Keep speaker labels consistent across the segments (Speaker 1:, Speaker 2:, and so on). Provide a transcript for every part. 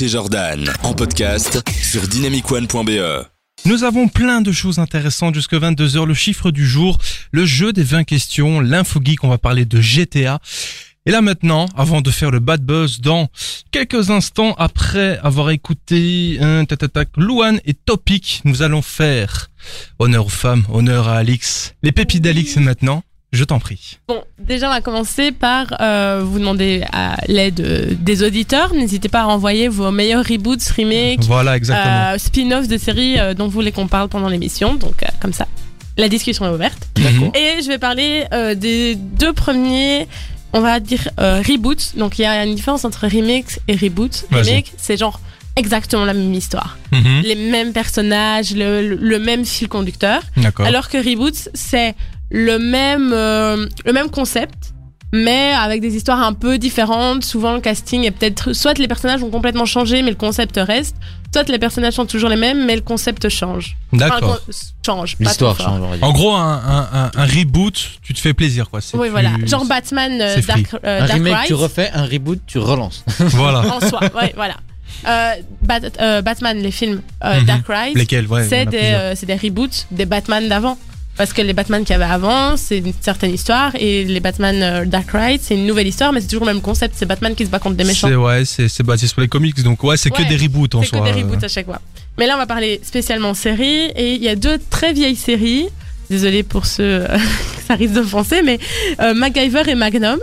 Speaker 1: et Jordan en podcast sur dynamicone.be.
Speaker 2: Nous avons plein de choses intéressantes jusque 22h. Le chiffre du jour, le jeu des 20 questions, l'info geek, on va parler de GTA. Et là maintenant, avant de faire le bad buzz dans quelques instants après avoir écouté hein, tatatac, Louane et Topic, nous allons faire honneur aux femmes, honneur à Alix. Les pépites d'Alix maintenant, je t'en prie.
Speaker 3: Bon, déjà, on va commencer par euh, vous demander à l'aide euh, des auditeurs. N'hésitez pas à envoyer vos meilleurs reboots, remakes,
Speaker 2: Voilà, exactement.
Speaker 3: euh, spin-offs de séries euh, dont vous voulez qu'on parle pendant l'émission. Donc, euh, comme ça, la discussion est ouverte.
Speaker 2: D'accord.
Speaker 3: Et je vais parler euh, des deux premiers, on va dire euh, reboots. Donc, il y a une différence entre remix et reboot.
Speaker 2: Vas-y.
Speaker 3: Remake, c'est genre exactement la même histoire.
Speaker 2: Mhm.
Speaker 3: Les mêmes personnages, le- le- le même fil conducteur.
Speaker 2: D'accord.
Speaker 3: Alors que Reboot, c'est le même, euh, le même concept, mais avec des histoires un peu différentes. Souvent, le casting est peut-être. Soit les personnages ont complètement changé, mais le concept reste. Soit les personnages sont toujours les mêmes, mais le concept change. Enfin,
Speaker 2: D'accord.
Speaker 3: le con- change. pas
Speaker 4: L'histoire
Speaker 3: trop fort.
Speaker 4: change, on va dire.
Speaker 2: En gros, un, un- un- un reboot, tu te fais plaisir, quoi. C'est
Speaker 3: Oui,
Speaker 2: plus-
Speaker 3: voilà. Genre Batman euh,
Speaker 2: c'est
Speaker 3: Dark, euh,
Speaker 4: Un
Speaker 3: Dark
Speaker 4: remake, tu
Speaker 3: Rise.
Speaker 4: refais, un reboot, tu relances.
Speaker 2: Voilà.
Speaker 3: En soi, ouais, voilà. Euh, Bat- euh, Batman, les films euh,
Speaker 2: Mhm.
Speaker 3: Dark Rise.
Speaker 2: Lesquels, ouais. il y
Speaker 3: c'est
Speaker 2: en a
Speaker 3: des,
Speaker 2: plusieurs.
Speaker 3: euh, c'est des reboots des Batman d'avant. Parce que les Batman qu'il y avait avant, c'est une certaine histoire. Et les Batman euh, Dark Ride, c'est une nouvelle histoire, mais c'est toujours le même concept. C'est Batman qui se bat contre des méchants.
Speaker 2: C'est ouais, c'est c'est basé sur les comics, donc ouais, c'est
Speaker 3: Ouais,
Speaker 2: que des reboots en
Speaker 3: C'est
Speaker 2: soi.
Speaker 3: que des reboots à chaque fois. Mais là, on va parler spécialement séries. Et il y a deux très vieilles séries. Désolée pour ceux euh, que ça risque d'offenser, mais euh, MacGyver et Magnum.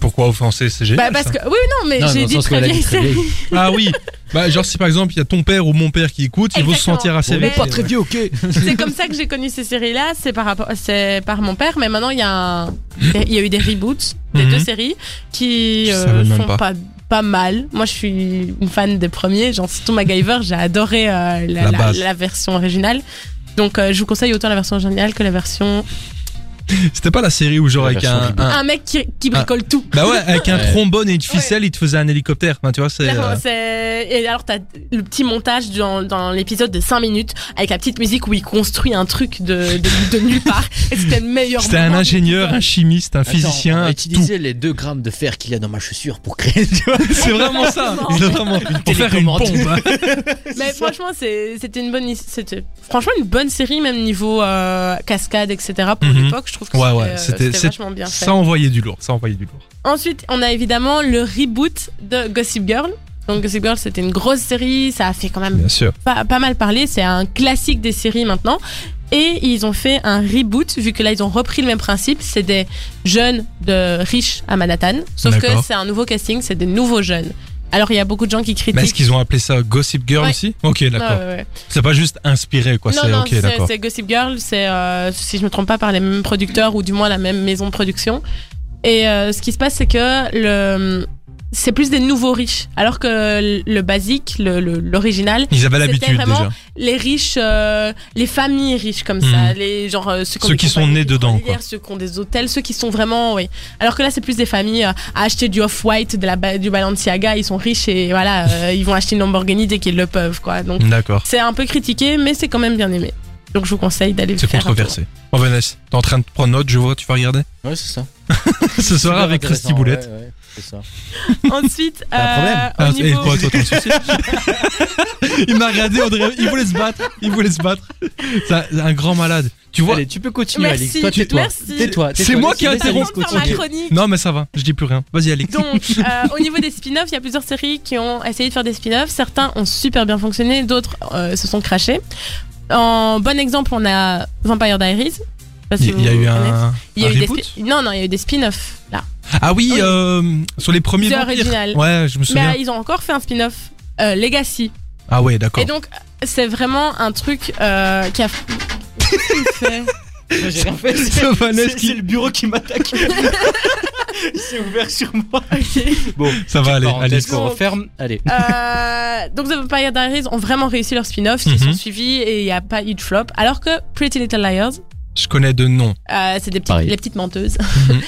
Speaker 2: Pourquoi offenser C'est
Speaker 3: Bah,
Speaker 2: génial.
Speaker 3: parce
Speaker 2: ça.
Speaker 3: que oui, non, mais
Speaker 4: Non, dans
Speaker 3: j'ai
Speaker 4: le
Speaker 3: dit
Speaker 4: sens où
Speaker 3: très
Speaker 4: elle a dit
Speaker 3: vieilles
Speaker 4: très
Speaker 3: séries.
Speaker 4: vieille.
Speaker 2: Ah oui. Bah, genre si par exemple il y a ton père ou mon père qui écoute, ils vont se
Speaker 3: Exactement.
Speaker 2: sentir assez
Speaker 4: Bon,
Speaker 3: mais
Speaker 2: vexés,
Speaker 3: pas
Speaker 2: ouais.
Speaker 4: bien, ok.
Speaker 3: C'est comme ça que j'ai connu ces séries-là, c'est par rapport, c'est par mon père, mais maintenant il y a un- il y a eu des reboots des
Speaker 2: Mhm.
Speaker 3: deux séries qui
Speaker 2: Je
Speaker 3: euh,
Speaker 2: savais même
Speaker 3: sont
Speaker 2: pas.
Speaker 3: pas. pas mal. Moi, je suis une fan des premiers, genre surtout MacGyver, j'ai adoré euh, la,
Speaker 2: La
Speaker 3: la-
Speaker 2: base.
Speaker 3: la version originale. Donc, euh, je vous conseille autant la version originale que la version
Speaker 2: C'était pas la série où genre
Speaker 4: La
Speaker 2: avec
Speaker 4: version
Speaker 2: un,
Speaker 4: reboot.
Speaker 2: un-
Speaker 3: un mec qui, qui bricole tout.
Speaker 2: Ah. bah ouais, avec un
Speaker 4: Ouais.
Speaker 2: trombone et une ficelle, il te faisait un hélicoptère. Enfin, tu vois, c'est
Speaker 3: Clairement,
Speaker 2: euh,
Speaker 3: c'est- Et alors, t'as le petit montage dans, dans l'épisode de 5 minutes avec la petite musique où il construit un truc de, de, de nulle part. Et c'était le meilleur
Speaker 2: c'était un
Speaker 3: moment.
Speaker 2: ingénieur, un chimiste, un physicien,
Speaker 4: Attends, on a
Speaker 2: tout.
Speaker 4: utilisé les 2 grammes de fer qu'il y a dans ma chaussure pour créer. Tu vois
Speaker 2: C'est vraiment ça.
Speaker 3: Exactement.
Speaker 2: C'est vraiment pour faire une
Speaker 4: télécommande.
Speaker 2: bombe. hein.
Speaker 3: Mais franchement, c'est- c'était une bonne, c'était franchement une bonne série, même niveau euh, cascade, etc. Pour
Speaker 2: Mhm.
Speaker 3: l'époque, je trouve que
Speaker 2: Ouais,
Speaker 3: c'était,
Speaker 2: ouais,
Speaker 3: euh,
Speaker 2: c'était-
Speaker 3: c'était
Speaker 2: c'est-
Speaker 3: vachement bien fait.
Speaker 2: Ça envoyait du lourd, ça envoyait du lourd.
Speaker 3: Ensuite, on a évidemment le reboot de Gossip Girl. Donc Gossip Girl, c'était une grosse série, ça a fait quand même
Speaker 2: Bien sûr.
Speaker 3: pas, pas mal parler, c'est un classique des séries maintenant. Et ils ont fait un reboot, vu que là ils ont repris le même principe, c'est des jeunes de riches à Manhattan, sauf que
Speaker 2: D'accord.
Speaker 3: c'est un nouveau casting, c'est des nouveaux jeunes. Alors il y a beaucoup de gens qui critiquent.
Speaker 2: Mais est-ce qu'ils ont appelé ça Gossip Girl
Speaker 3: Ouais.
Speaker 2: aussi Ok,
Speaker 3: Ouais,
Speaker 2: d'accord.
Speaker 3: ouais, ouais.
Speaker 2: C'est pas juste inspiré, quoi.
Speaker 3: non,
Speaker 2: C'est
Speaker 3: non,
Speaker 2: ok,
Speaker 3: c'est-
Speaker 2: d'accord.
Speaker 3: c'est Gossip Girl, c'est, euh, si je me trompe pas, par les mêmes producteurs ou du moins la même maison de production. Et euh, ce qui se passe, c'est que le, c'est plus des nouveaux riches, alors que le basique, le- le- l'original,
Speaker 2: Ils avaient
Speaker 3: c'était
Speaker 2: l'habitude
Speaker 3: vraiment
Speaker 2: déjà.
Speaker 3: les riches, euh, les familles riches comme
Speaker 2: Mhm.
Speaker 3: ça, les genre euh, ceux, ont
Speaker 2: Ceux
Speaker 3: des
Speaker 2: qui sont
Speaker 3: compagnies
Speaker 2: nés dedans,
Speaker 3: pétrolières, ceux qui ont des hôtels, ceux qui sont vraiment, oui. Alors que là, c'est plus des familles euh, à acheter du off-white, de la ba- du Balenciaga, ils sont riches et voilà, euh, ils vont acheter une Lamborghini dès qu'ils le peuvent, quoi. Donc
Speaker 2: D'accord.
Speaker 3: c'est un peu critiqué, mais c'est quand même bien aimé. Donc je vous conseille d'aller le
Speaker 2: C'est
Speaker 3: faire.
Speaker 2: controversé. Bon, ben, Vanessa, t'es en train de prendre note, je vois, tu vas regarder
Speaker 4: Ouais, c'est ça.
Speaker 2: ce soir
Speaker 4: Super
Speaker 2: avec
Speaker 4: intéressant,
Speaker 2: Christy Boulette.
Speaker 4: ouais, ouais, c'est ça.
Speaker 3: Ensuite,
Speaker 4: T'as un problème
Speaker 3: euh, au
Speaker 2: Ah, et
Speaker 3: niveau-
Speaker 2: quoi, toi, t'as un souci Il m'a regardé, on dirait- il voulait se battre, il voulait se battre. C'est un, un grand malade. Tu vois
Speaker 4: Allez, tu peux continuer,
Speaker 3: Merci,
Speaker 4: Alix. Toi, tais-toi.
Speaker 3: merci.
Speaker 4: Tais-toi.
Speaker 2: C'est
Speaker 4: tais-toi,
Speaker 2: moi
Speaker 4: laisse-
Speaker 2: qui ai
Speaker 4: laisse
Speaker 3: Pardon
Speaker 4: Alix
Speaker 2: interrompu.
Speaker 3: pour ma
Speaker 4: continuer.
Speaker 3: chronique.
Speaker 2: Non, mais ça va, je dis plus rien. Vas-y, Alex.
Speaker 3: Donc, euh, au niveau des spin-offs, il y a plusieurs séries qui ont essayé de faire des spin-offs. Certains ont super bien fonctionné, d'autres euh, se sont crachés. En bon exemple, on a Vampire Diaries. Je sais pas si
Speaker 2: Il y a
Speaker 3: vous
Speaker 2: eu
Speaker 3: connaissez.
Speaker 2: un,
Speaker 3: Il y a
Speaker 2: un
Speaker 3: eu des
Speaker 2: reboot
Speaker 3: spi- Non, non, il y a eu des spin-offs là.
Speaker 2: Ah oui,
Speaker 3: Oui.
Speaker 2: euh, sur les premiers
Speaker 3: C'est
Speaker 2: vampires.
Speaker 3: original.
Speaker 2: Ouais, je me
Speaker 3: Mais
Speaker 2: souviens.
Speaker 3: euh, ils ont encore fait un spin-off euh, Legacy.
Speaker 2: Ah ouais, d'accord.
Speaker 3: Et donc, c'est vraiment un truc euh, qui a. Qu'est-ce qu'il fait
Speaker 4: Moi, j'ai rien fait.
Speaker 2: C'est Vanessa
Speaker 4: C'est-
Speaker 2: qui-
Speaker 4: c'est le bureau qui m'attaque. Il s'est ouvert sur moi.
Speaker 3: Ok.
Speaker 4: Bon,
Speaker 2: Ça va aller,
Speaker 4: parenthèse
Speaker 2: Alex.
Speaker 4: qu'on
Speaker 3: Donc-
Speaker 4: referme. Allez.
Speaker 3: Euh, donc The Vampire Diaries ont vraiment réussi leur spin-off, ils se
Speaker 2: Mhm.
Speaker 3: sont suivis et il n'y a pas eu de flop. Alors que Pretty Little Liars,
Speaker 2: Je connais de nom.
Speaker 3: euh, c'est des petites,
Speaker 4: Pareil.
Speaker 3: les petites menteuses.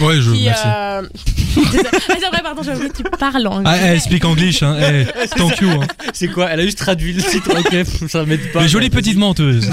Speaker 2: ouais, je.
Speaker 3: qui,
Speaker 2: Merci.
Speaker 3: euh... ah, c'est vrai, pardon, j'ai oublié que tu parles anglais.
Speaker 2: Ah, elle speak English, hein. eh, thank you. Hein.
Speaker 4: C'est quoi Elle a juste traduit le titre. Ok, pff, ça m'aide pas.
Speaker 2: Les jolies
Speaker 4: Vas-y.
Speaker 2: petites menteuses.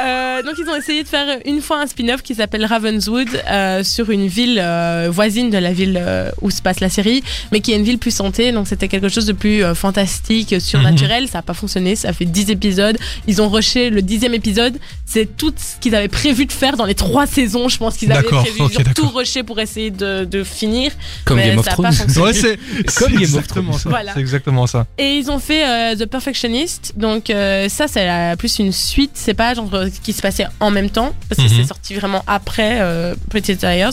Speaker 3: Euh, donc ils ont essayé de faire une fois un spin-off qui s'appelle Ravenswood euh, sur une ville euh, voisine de la ville euh, où se passe la série, mais qui est une ville plus santé. Donc c'était quelque chose de plus euh, fantastique,
Speaker 5: Mhm.
Speaker 3: surnaturel. Ça n'a pas fonctionné. Ça fait 10 épisodes. Ils ont rushé le dixième épisode. C'est tout ce qu'ils avaient prévu de faire dans les trois saisons. Je pense qu'ils avaient
Speaker 2: D'accord,
Speaker 3: prévu. Ils
Speaker 2: ok,
Speaker 3: ont
Speaker 2: d'accord.
Speaker 3: tout rushé pour essayer de, de finir.
Speaker 5: Comme
Speaker 3: mais
Speaker 5: Game of
Speaker 3: ça a pas
Speaker 5: Thrones.
Speaker 3: fonctionné.
Speaker 2: Ouais, c'est
Speaker 5: Comme
Speaker 2: c'est
Speaker 5: Game of
Speaker 2: exactement
Speaker 5: Thrones.
Speaker 2: ça.
Speaker 3: Voilà.
Speaker 2: C'est exactement ça.
Speaker 3: Et ils ont fait euh, The Perfectionist. Donc euh, ça, c'est la- plus une suite. C'est pas genre euh, qui se passait en même temps parce que
Speaker 2: Mhm.
Speaker 3: c'est sorti vraiment après euh, Pretty Liars.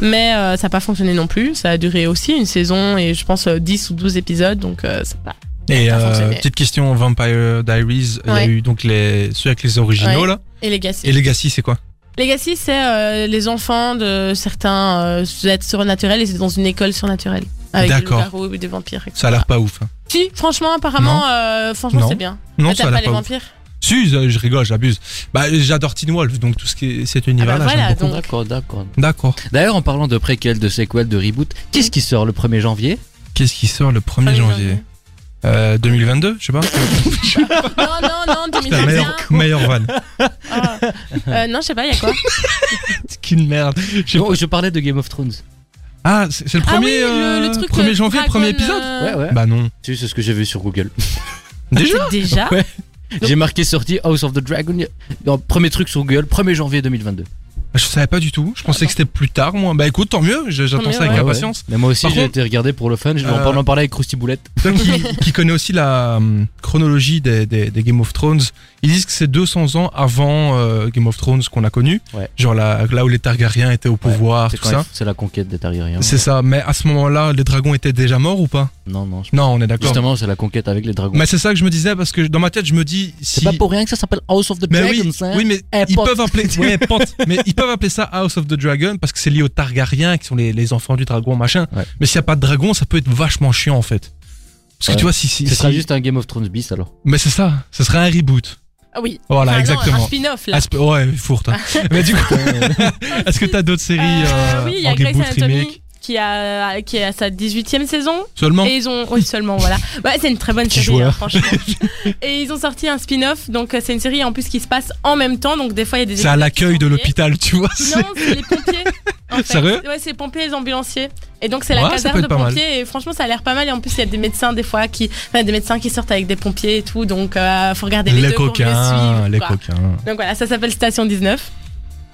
Speaker 3: Mais euh, ça n'a pas fonctionné non plus. Ça a duré aussi une saison et je pense euh, 10 ou 12 épisodes. Donc euh, c'est pas.
Speaker 2: Et
Speaker 3: Ça a
Speaker 2: euh,
Speaker 3: fonctionné.
Speaker 2: petite question Vampire Diaries, il y a
Speaker 3: Ouais.
Speaker 2: eu donc les ceux avec les originaux
Speaker 3: Ouais.
Speaker 2: là.
Speaker 3: Et Legacy.
Speaker 2: Et Legacy, c'est quoi
Speaker 3: Legacy, c'est euh, les enfants de certains euh, êtres surnaturels et c'est dans une école surnaturelle avec des
Speaker 2: D'accord.
Speaker 3: loups-garous et des vampires. etc.
Speaker 2: Ça a l'air pas ouf. hein.
Speaker 3: Si, franchement, apparemment, euh, franchement,
Speaker 2: Non.
Speaker 3: c'est bien.
Speaker 2: Non,
Speaker 3: Ah,
Speaker 2: ça
Speaker 3: t'as
Speaker 2: a
Speaker 3: pas
Speaker 2: l'air
Speaker 3: les
Speaker 2: pas ouf.
Speaker 3: vampires.
Speaker 2: Si, je je rigole, j'abuse. Bah, j'adore Teen Wolf, donc tout ce qui est cet univers-là,
Speaker 3: Ah bah voilà,
Speaker 2: j'aime beaucoup.
Speaker 3: donc-
Speaker 5: D'accord, d'accord.
Speaker 2: D'accord.
Speaker 5: D'ailleurs, en parlant de préquel, de sequel, de reboot, qu'est-ce qui sort le 1er janvier
Speaker 2: Qu'est-ce qui sort le 1er janvier Euh, 2022, je sais pas.
Speaker 3: Non, non, non,
Speaker 2: La
Speaker 3: 2021.
Speaker 2: meilleure, meilleure vanne.
Speaker 3: Ah. Euh, non, je sais pas, il y a quoi
Speaker 2: Qu'une merde. Je sais
Speaker 5: Non, Je parlais de Game of Thrones.
Speaker 2: pas. Ah, c'est c'est le
Speaker 3: Ah oui,
Speaker 2: premier,
Speaker 3: le- le
Speaker 2: euh,
Speaker 3: truc,
Speaker 2: 1er
Speaker 3: euh,
Speaker 2: janvier,
Speaker 3: Dragon,
Speaker 2: premier épisode
Speaker 3: euh,
Speaker 5: Ouais, ouais.
Speaker 2: Bah non.
Speaker 5: Tu sais, C'est ce que j'ai vu sur Google.
Speaker 2: Ah, Déjà
Speaker 3: Déjà
Speaker 5: Ouais. J'ai marqué sortie House of the Dragon. dans- premier truc sur Google, 1er janvier 2022.
Speaker 2: Je savais pas du tout. Je pensais que c'était plus tard, moi. Bah écoute, tant mieux. je- J'attends
Speaker 3: Tant
Speaker 2: ça
Speaker 3: mieux,
Speaker 2: Ah, avec
Speaker 5: Ouais, ouais.
Speaker 2: impatience.
Speaker 5: Mais moi aussi,
Speaker 2: Par
Speaker 5: j'ai
Speaker 2: contre-
Speaker 5: été regardé pour le fun. Je vais
Speaker 2: Euh,
Speaker 5: en en parler avec Krusty Boulette.
Speaker 2: Toi qui, qui connais aussi la hum, chronologie des, des- des Game of Thrones, ils disent que c'est 200 ans avant euh, Game of Thrones qu'on a connu.
Speaker 5: Ouais.
Speaker 2: Genre la- là où les Targaryens étaient au pouvoir,
Speaker 5: C'est
Speaker 2: tout
Speaker 5: quand
Speaker 2: ça.
Speaker 5: même- C'est la conquête des Targaryens.
Speaker 2: C'est ça. Mais à ce moment-là, les dragons étaient déjà morts ou pas
Speaker 5: Non, non. je-
Speaker 2: Non, on est d'accord.
Speaker 5: Justement, c'est la conquête avec les dragons.
Speaker 2: Mais c'est ça que je me disais parce que dans ma tête, je me dis Bah, si.
Speaker 5: C'est pas pour rien que ça s'appelle House of the
Speaker 2: Mais
Speaker 5: Dragons.
Speaker 2: oui,
Speaker 5: hein.
Speaker 2: oui, mais
Speaker 5: Eh,
Speaker 2: ils
Speaker 5: pote.
Speaker 2: peuvent appeler, ouais, pote. mais ils peuvent appeler ça House of the Dragon parce que c'est lié aux Targaryens qui sont les, les enfants du dragon machin.
Speaker 5: Ouais.
Speaker 2: Mais s'il n'y a pas de dragon, ça peut être vachement chiant en fait. Parce que
Speaker 5: Ouais.
Speaker 2: tu vois, si, si,
Speaker 5: Ce sera
Speaker 2: si-
Speaker 5: juste un Game of Thrones bis alors.
Speaker 2: mais c'est ça, ce serait un reboot.
Speaker 3: Ah oui.
Speaker 2: Voilà,
Speaker 3: Ah non, un
Speaker 2: exactement.
Speaker 3: spin-off là. Ah.
Speaker 2: Aspe- ouais, fourte. hein. mais du coup, est-ce que t'as d'autres séries
Speaker 3: Euh,
Speaker 2: euh,
Speaker 3: oui, il y
Speaker 2: en
Speaker 3: a Grey's
Speaker 2: reboot, remake
Speaker 3: Anatomy qui a, qui est à sa 18 e saison.
Speaker 2: Seulement
Speaker 3: Et ils ont. Oui, seulement, voilà. Ouais, c'est une très bonne
Speaker 5: Petit
Speaker 3: série, hein,
Speaker 5: joueur.
Speaker 3: franchement. Et ils ont sorti un spin-off. Donc, euh, c'est une série en plus qui se passe en même temps. Donc, des fois, il y a des.
Speaker 2: C'est à
Speaker 3: épisodes
Speaker 2: l'accueil
Speaker 3: qui
Speaker 2: de
Speaker 3: sont liés.
Speaker 2: l'hôpital, tu vois.
Speaker 3: Non,
Speaker 2: c'est-
Speaker 3: c'est les pompiers. en fait.
Speaker 2: Sérieux
Speaker 3: Ouais, c'est les pompiers et les ambulanciers. Et donc, c'est la
Speaker 2: Ouais, ça peut
Speaker 3: caserne
Speaker 2: être
Speaker 3: de
Speaker 2: pas mal.
Speaker 3: pompiers. Et franchement, ça a l'air pas mal. Et en plus, il y a des médecins, des fois, qui. Enfin, des médecins qui sortent avec des pompiers et tout. Donc, euh, faut regarder les,
Speaker 2: Les
Speaker 3: deux pour mieux
Speaker 2: coquins,
Speaker 3: suivre,
Speaker 2: les
Speaker 3: quoi.
Speaker 2: coquins.
Speaker 3: Donc, voilà, ça s'appelle Station 19.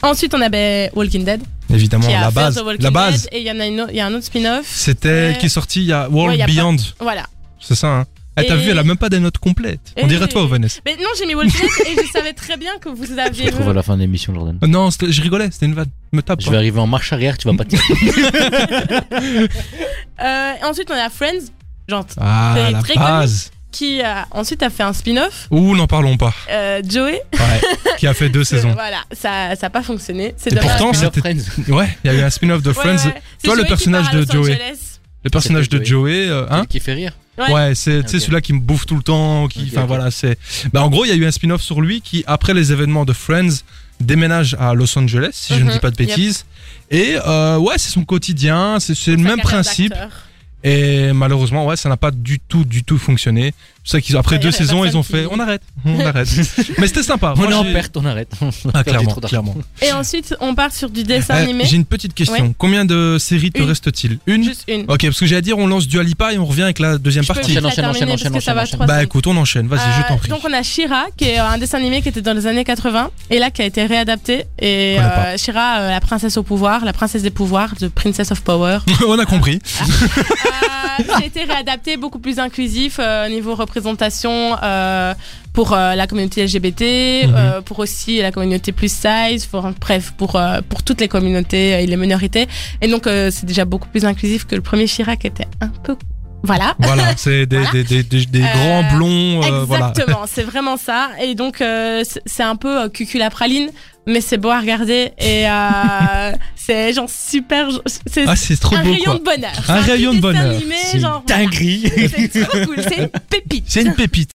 Speaker 3: Ensuite, on avait Walking Dead.
Speaker 2: Évidemment,
Speaker 3: qui a
Speaker 2: la
Speaker 3: fait
Speaker 2: base.
Speaker 3: The Walking
Speaker 2: La base,
Speaker 3: Dead, Et il y en a, une autre- il y a un autre spin-off.
Speaker 2: c'était
Speaker 3: Ouais.
Speaker 2: qui est sorti il y a World
Speaker 3: Ouais, il y a pas-
Speaker 2: Beyond.
Speaker 3: Voilà.
Speaker 2: C'est ça, hein. Eh, t'as
Speaker 3: Et-
Speaker 2: vu, elle a même pas des notes complètes. On
Speaker 3: Et-
Speaker 2: dirait toi, Vanessa.
Speaker 3: Mais non, j'ai mis Walking Dead et je savais très bien que vous
Speaker 5: Je
Speaker 3: aviez.
Speaker 5: te retrouve à la fin de l'émission, Jordan.
Speaker 2: Euh, Non, c'était- je rigolais, c'était une vanne. Me tape.
Speaker 5: Je
Speaker 2: Ah, pas.
Speaker 5: vais arriver en marche arrière, tu vas pas te
Speaker 3: Euh, et ensuite, on a Friends, genre,
Speaker 2: Ah,
Speaker 3: C'est
Speaker 2: la
Speaker 3: très
Speaker 2: base.
Speaker 3: qui euh, ensuite a fait un spin-off.
Speaker 2: Ouh, n'en parlons pas.
Speaker 3: Euh, Joey,
Speaker 2: Ouais. qui a fait deux saisons.
Speaker 3: voilà, ça n'a pas fonctionné. C'est
Speaker 2: Et
Speaker 3: dommage.
Speaker 2: pourtant,
Speaker 3: Ouais,
Speaker 2: c'était- Ouais, il y a eu un spin-off de
Speaker 3: ouais,
Speaker 2: Friends.
Speaker 3: ouais. C'est
Speaker 2: Toi, le
Speaker 3: Joey qui
Speaker 2: personnage
Speaker 3: part à
Speaker 2: de
Speaker 3: Los
Speaker 2: Joey.
Speaker 3: Angeles.
Speaker 2: Le personnage de
Speaker 5: C'était
Speaker 2: Joey, euh, hein
Speaker 5: qui fait rire.
Speaker 3: Ouais.
Speaker 2: Ouais, c'est tu sais,
Speaker 5: Ok.
Speaker 2: celui-là qui me bouffe tout le temps. qui
Speaker 5: Ok,
Speaker 2: Enfin
Speaker 5: ok.
Speaker 2: voilà, c'est. Bah, en gros, il y a eu un spin-off sur lui qui, après les événements de Friends, déménage à Los Angeles, si je ne
Speaker 3: Mhm,
Speaker 2: dis pas de
Speaker 3: yep.
Speaker 2: bêtises. Et euh, ouais, c'est son quotidien, c'est c'est le
Speaker 3: Sa
Speaker 2: même
Speaker 3: carrière
Speaker 2: principe.
Speaker 3: d'acteur.
Speaker 2: Et malheureusement, ouais, ça n'a pas du tout, du tout fonctionné. C'est ça qu'ils, après
Speaker 3: Ouais,
Speaker 2: deux
Speaker 3: y a
Speaker 2: saisons, ils
Speaker 3: personne
Speaker 2: ont fait,
Speaker 3: qui-
Speaker 2: on arrête, on arrête. Mais c'était sympa.
Speaker 5: On
Speaker 2: Moi,
Speaker 5: est en
Speaker 2: j'ai-
Speaker 5: perte, on arrête.
Speaker 2: Ah, clairement,
Speaker 5: trop d'argent.
Speaker 2: clairement.
Speaker 3: Et ensuite, on part sur du dessin
Speaker 2: Euh,
Speaker 3: animé.
Speaker 2: j'ai une petite question. Combien de séries te
Speaker 3: Une.
Speaker 2: reste-t-il Une.
Speaker 3: Juste une.
Speaker 2: Ok, parce que j'ai à dire, on lance du Alipa et on revient avec la deuxième
Speaker 3: Je peux
Speaker 2: partie.
Speaker 3: la
Speaker 5: Enchaîne,
Speaker 3: terminer
Speaker 5: enchaîne,
Speaker 3: parce que
Speaker 5: enchaîne,
Speaker 3: ça va
Speaker 5: enchaîne,
Speaker 3: trois
Speaker 2: Bah
Speaker 3: semaines.
Speaker 2: écoute, on enchaîne. Vas-y, je t'en
Speaker 3: Euh,
Speaker 2: prie.
Speaker 3: Donc on a Shira, qui est un dessin animé qui était dans les années 80 et là qui a été réadapté. Et
Speaker 2: Je connais pas.
Speaker 3: euh, Shira, euh, la princesse au pouvoir, la princesse des pouvoirs, de Princess of Power,
Speaker 2: on a compris.
Speaker 3: Euh, ça a été réadapté, beaucoup plus inclusif euh, niveau représentation euh, pour euh, la communauté LGBT,
Speaker 2: Mhm.
Speaker 3: euh, pour aussi la communauté plus size, pour, bref, pour, euh, pour toutes les communautés et les minorités. Et donc, euh, c'est déjà beaucoup plus inclusif que le premier Chirac était un peu. Voilà.
Speaker 2: Voilà, c'est des,
Speaker 3: Voilà.
Speaker 2: des, des, des, des
Speaker 3: Euh,
Speaker 2: grands blonds. euh, voilà.
Speaker 3: Exactement, c'est vraiment ça. Et donc, euh, c'est- c'est un peu euh, cucul à praline, mais c'est beau à regarder. Et euh, c'est genre super. C'est
Speaker 2: Ah, c'est trop
Speaker 3: un
Speaker 2: beau
Speaker 3: rayon
Speaker 2: quoi.
Speaker 3: de bonheur.
Speaker 2: Un
Speaker 3: petit
Speaker 2: rayon de
Speaker 3: dessin
Speaker 2: bonheur.
Speaker 3: animé,
Speaker 5: C'est une
Speaker 3: genre,
Speaker 5: dinguerie.
Speaker 3: C'est trop cool, c'est une pépite.
Speaker 2: C'est une pépite.